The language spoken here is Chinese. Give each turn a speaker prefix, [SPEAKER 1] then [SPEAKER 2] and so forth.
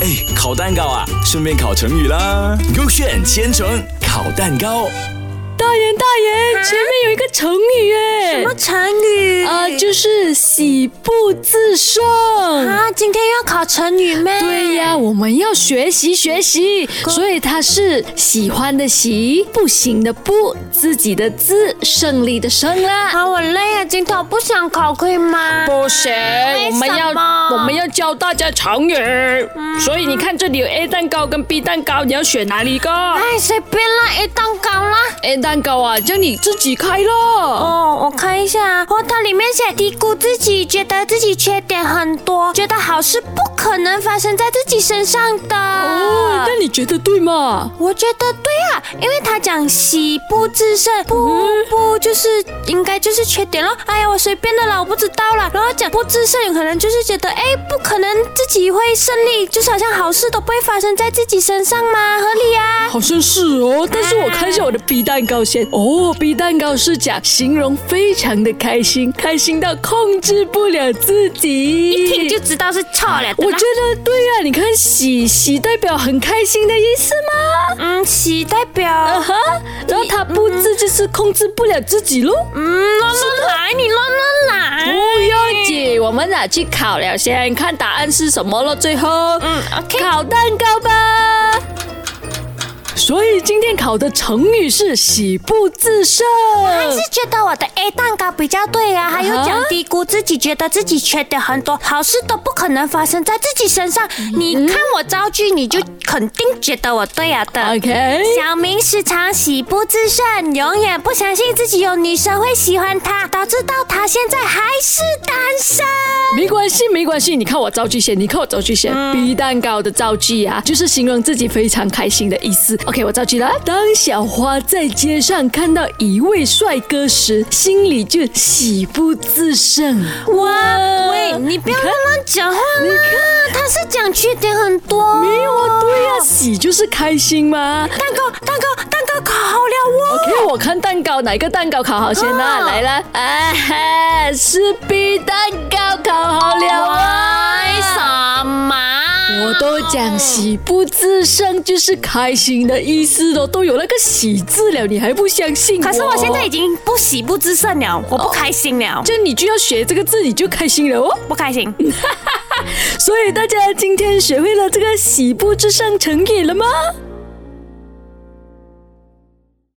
[SPEAKER 1] 哎，烤蛋糕啊，顺便烤成语啦。勾选千层烤蛋糕，
[SPEAKER 2] 大人大人，前面有一个成语哎，
[SPEAKER 3] 啊什么成语？
[SPEAKER 2] 啊、就是喜不自胜。
[SPEAKER 3] 啊，今天要考成语咩？
[SPEAKER 2] 对呀、我们要学习学习，所以它是喜欢的喜，不行的不，自己的自，胜利的胜啦。
[SPEAKER 3] 啊，我累啊，今天我不想考，可以吗？
[SPEAKER 2] 不行，我们要
[SPEAKER 3] 什么啊
[SPEAKER 2] 我们要教大家成语，所以你看这里有 A 蛋糕跟 B 蛋糕，你要选哪里一个
[SPEAKER 3] 哎，随便啦，一蛋糕啦。
[SPEAKER 2] ？A 蛋糕啊，叫你自己开咯。
[SPEAKER 3] 哦，我看一下啊，哦，它里面写低估自己，觉得自己缺点很多，觉得好事不可能发生在自己身上的。
[SPEAKER 2] 哦，那你觉得对吗？
[SPEAKER 3] 我觉得对啊，因为他讲喜不自胜，不不就是应该就是缺点咯。哎呀，我随便的啦，我不知道啦。然后讲不自胜，可能就是觉得哎，不可能自己会胜利，就是好像好事都不会发生在自己身上嘛，合理啊。
[SPEAKER 2] 好像是哦，但是我看一下我的 B 蛋糕先。哦，B 蛋糕是讲形容非常的开心，开心到控制不了自己。
[SPEAKER 3] 一听就知道是错了的
[SPEAKER 2] 我
[SPEAKER 3] 啦
[SPEAKER 2] 觉。得对啊呀、你看喜喜代表很开心的意思吗？
[SPEAKER 3] 嗯，喜代表，
[SPEAKER 2] 哈，
[SPEAKER 3] Uh-huh
[SPEAKER 2] 然后他不自就是控制不了自己喽。
[SPEAKER 3] 嗯，乱乱来，你乱乱
[SPEAKER 2] 不
[SPEAKER 3] 来。
[SPEAKER 2] 要紧，我们俩去考了先，看答案是什么了。最后，
[SPEAKER 3] 嗯，OK，
[SPEAKER 2] 烤蛋糕吧。所以今天考的成语是喜不自胜。
[SPEAKER 3] 还是觉得我的 A 蛋糕比较对啊，还有讲低估自己，觉得自己缺点很多，好事都不可能发生在自己身上。你看我造句，你就肯定觉得我对啊
[SPEAKER 2] 嗯
[SPEAKER 3] 的。
[SPEAKER 2] OK，
[SPEAKER 3] 小明时常喜不自胜，永远不相信自己有女生会喜欢他，导致到他现在还是单身。
[SPEAKER 2] 没关系，没关系。你看我造句先，你看我造句先。B
[SPEAKER 3] 嗯
[SPEAKER 2] 蛋糕的造句啊，就是形容自己非常开心的意思。OK，我造句了。当小花在街上看到一位帅哥时，心里就喜不自胜。哇
[SPEAKER 3] 喂，哎你不要
[SPEAKER 2] 看
[SPEAKER 3] 乱乱讲话啦！他是讲缺点很多。
[SPEAKER 2] 没有啊，对呀、喜就是开心嘛。
[SPEAKER 3] 蛋糕，蛋糕，蛋糕烤好了哦。
[SPEAKER 2] OK，我看蛋糕，哪一个蛋糕烤好先呢、
[SPEAKER 3] 啊
[SPEAKER 2] 来啦，啊哈，是 B 蛋糕烤好了啊！
[SPEAKER 3] 为什么？
[SPEAKER 2] 我都讲喜不自胜就是开心的意思咯，都有那个喜字了，你还不相信
[SPEAKER 3] 可是我现在已，经不喜不自胜了，我不开心了，
[SPEAKER 2] 这样你就要学这个字，你就开心了哦。
[SPEAKER 3] 不开心。
[SPEAKER 2] 所以大家今天学会了这个喜不自胜成语了吗？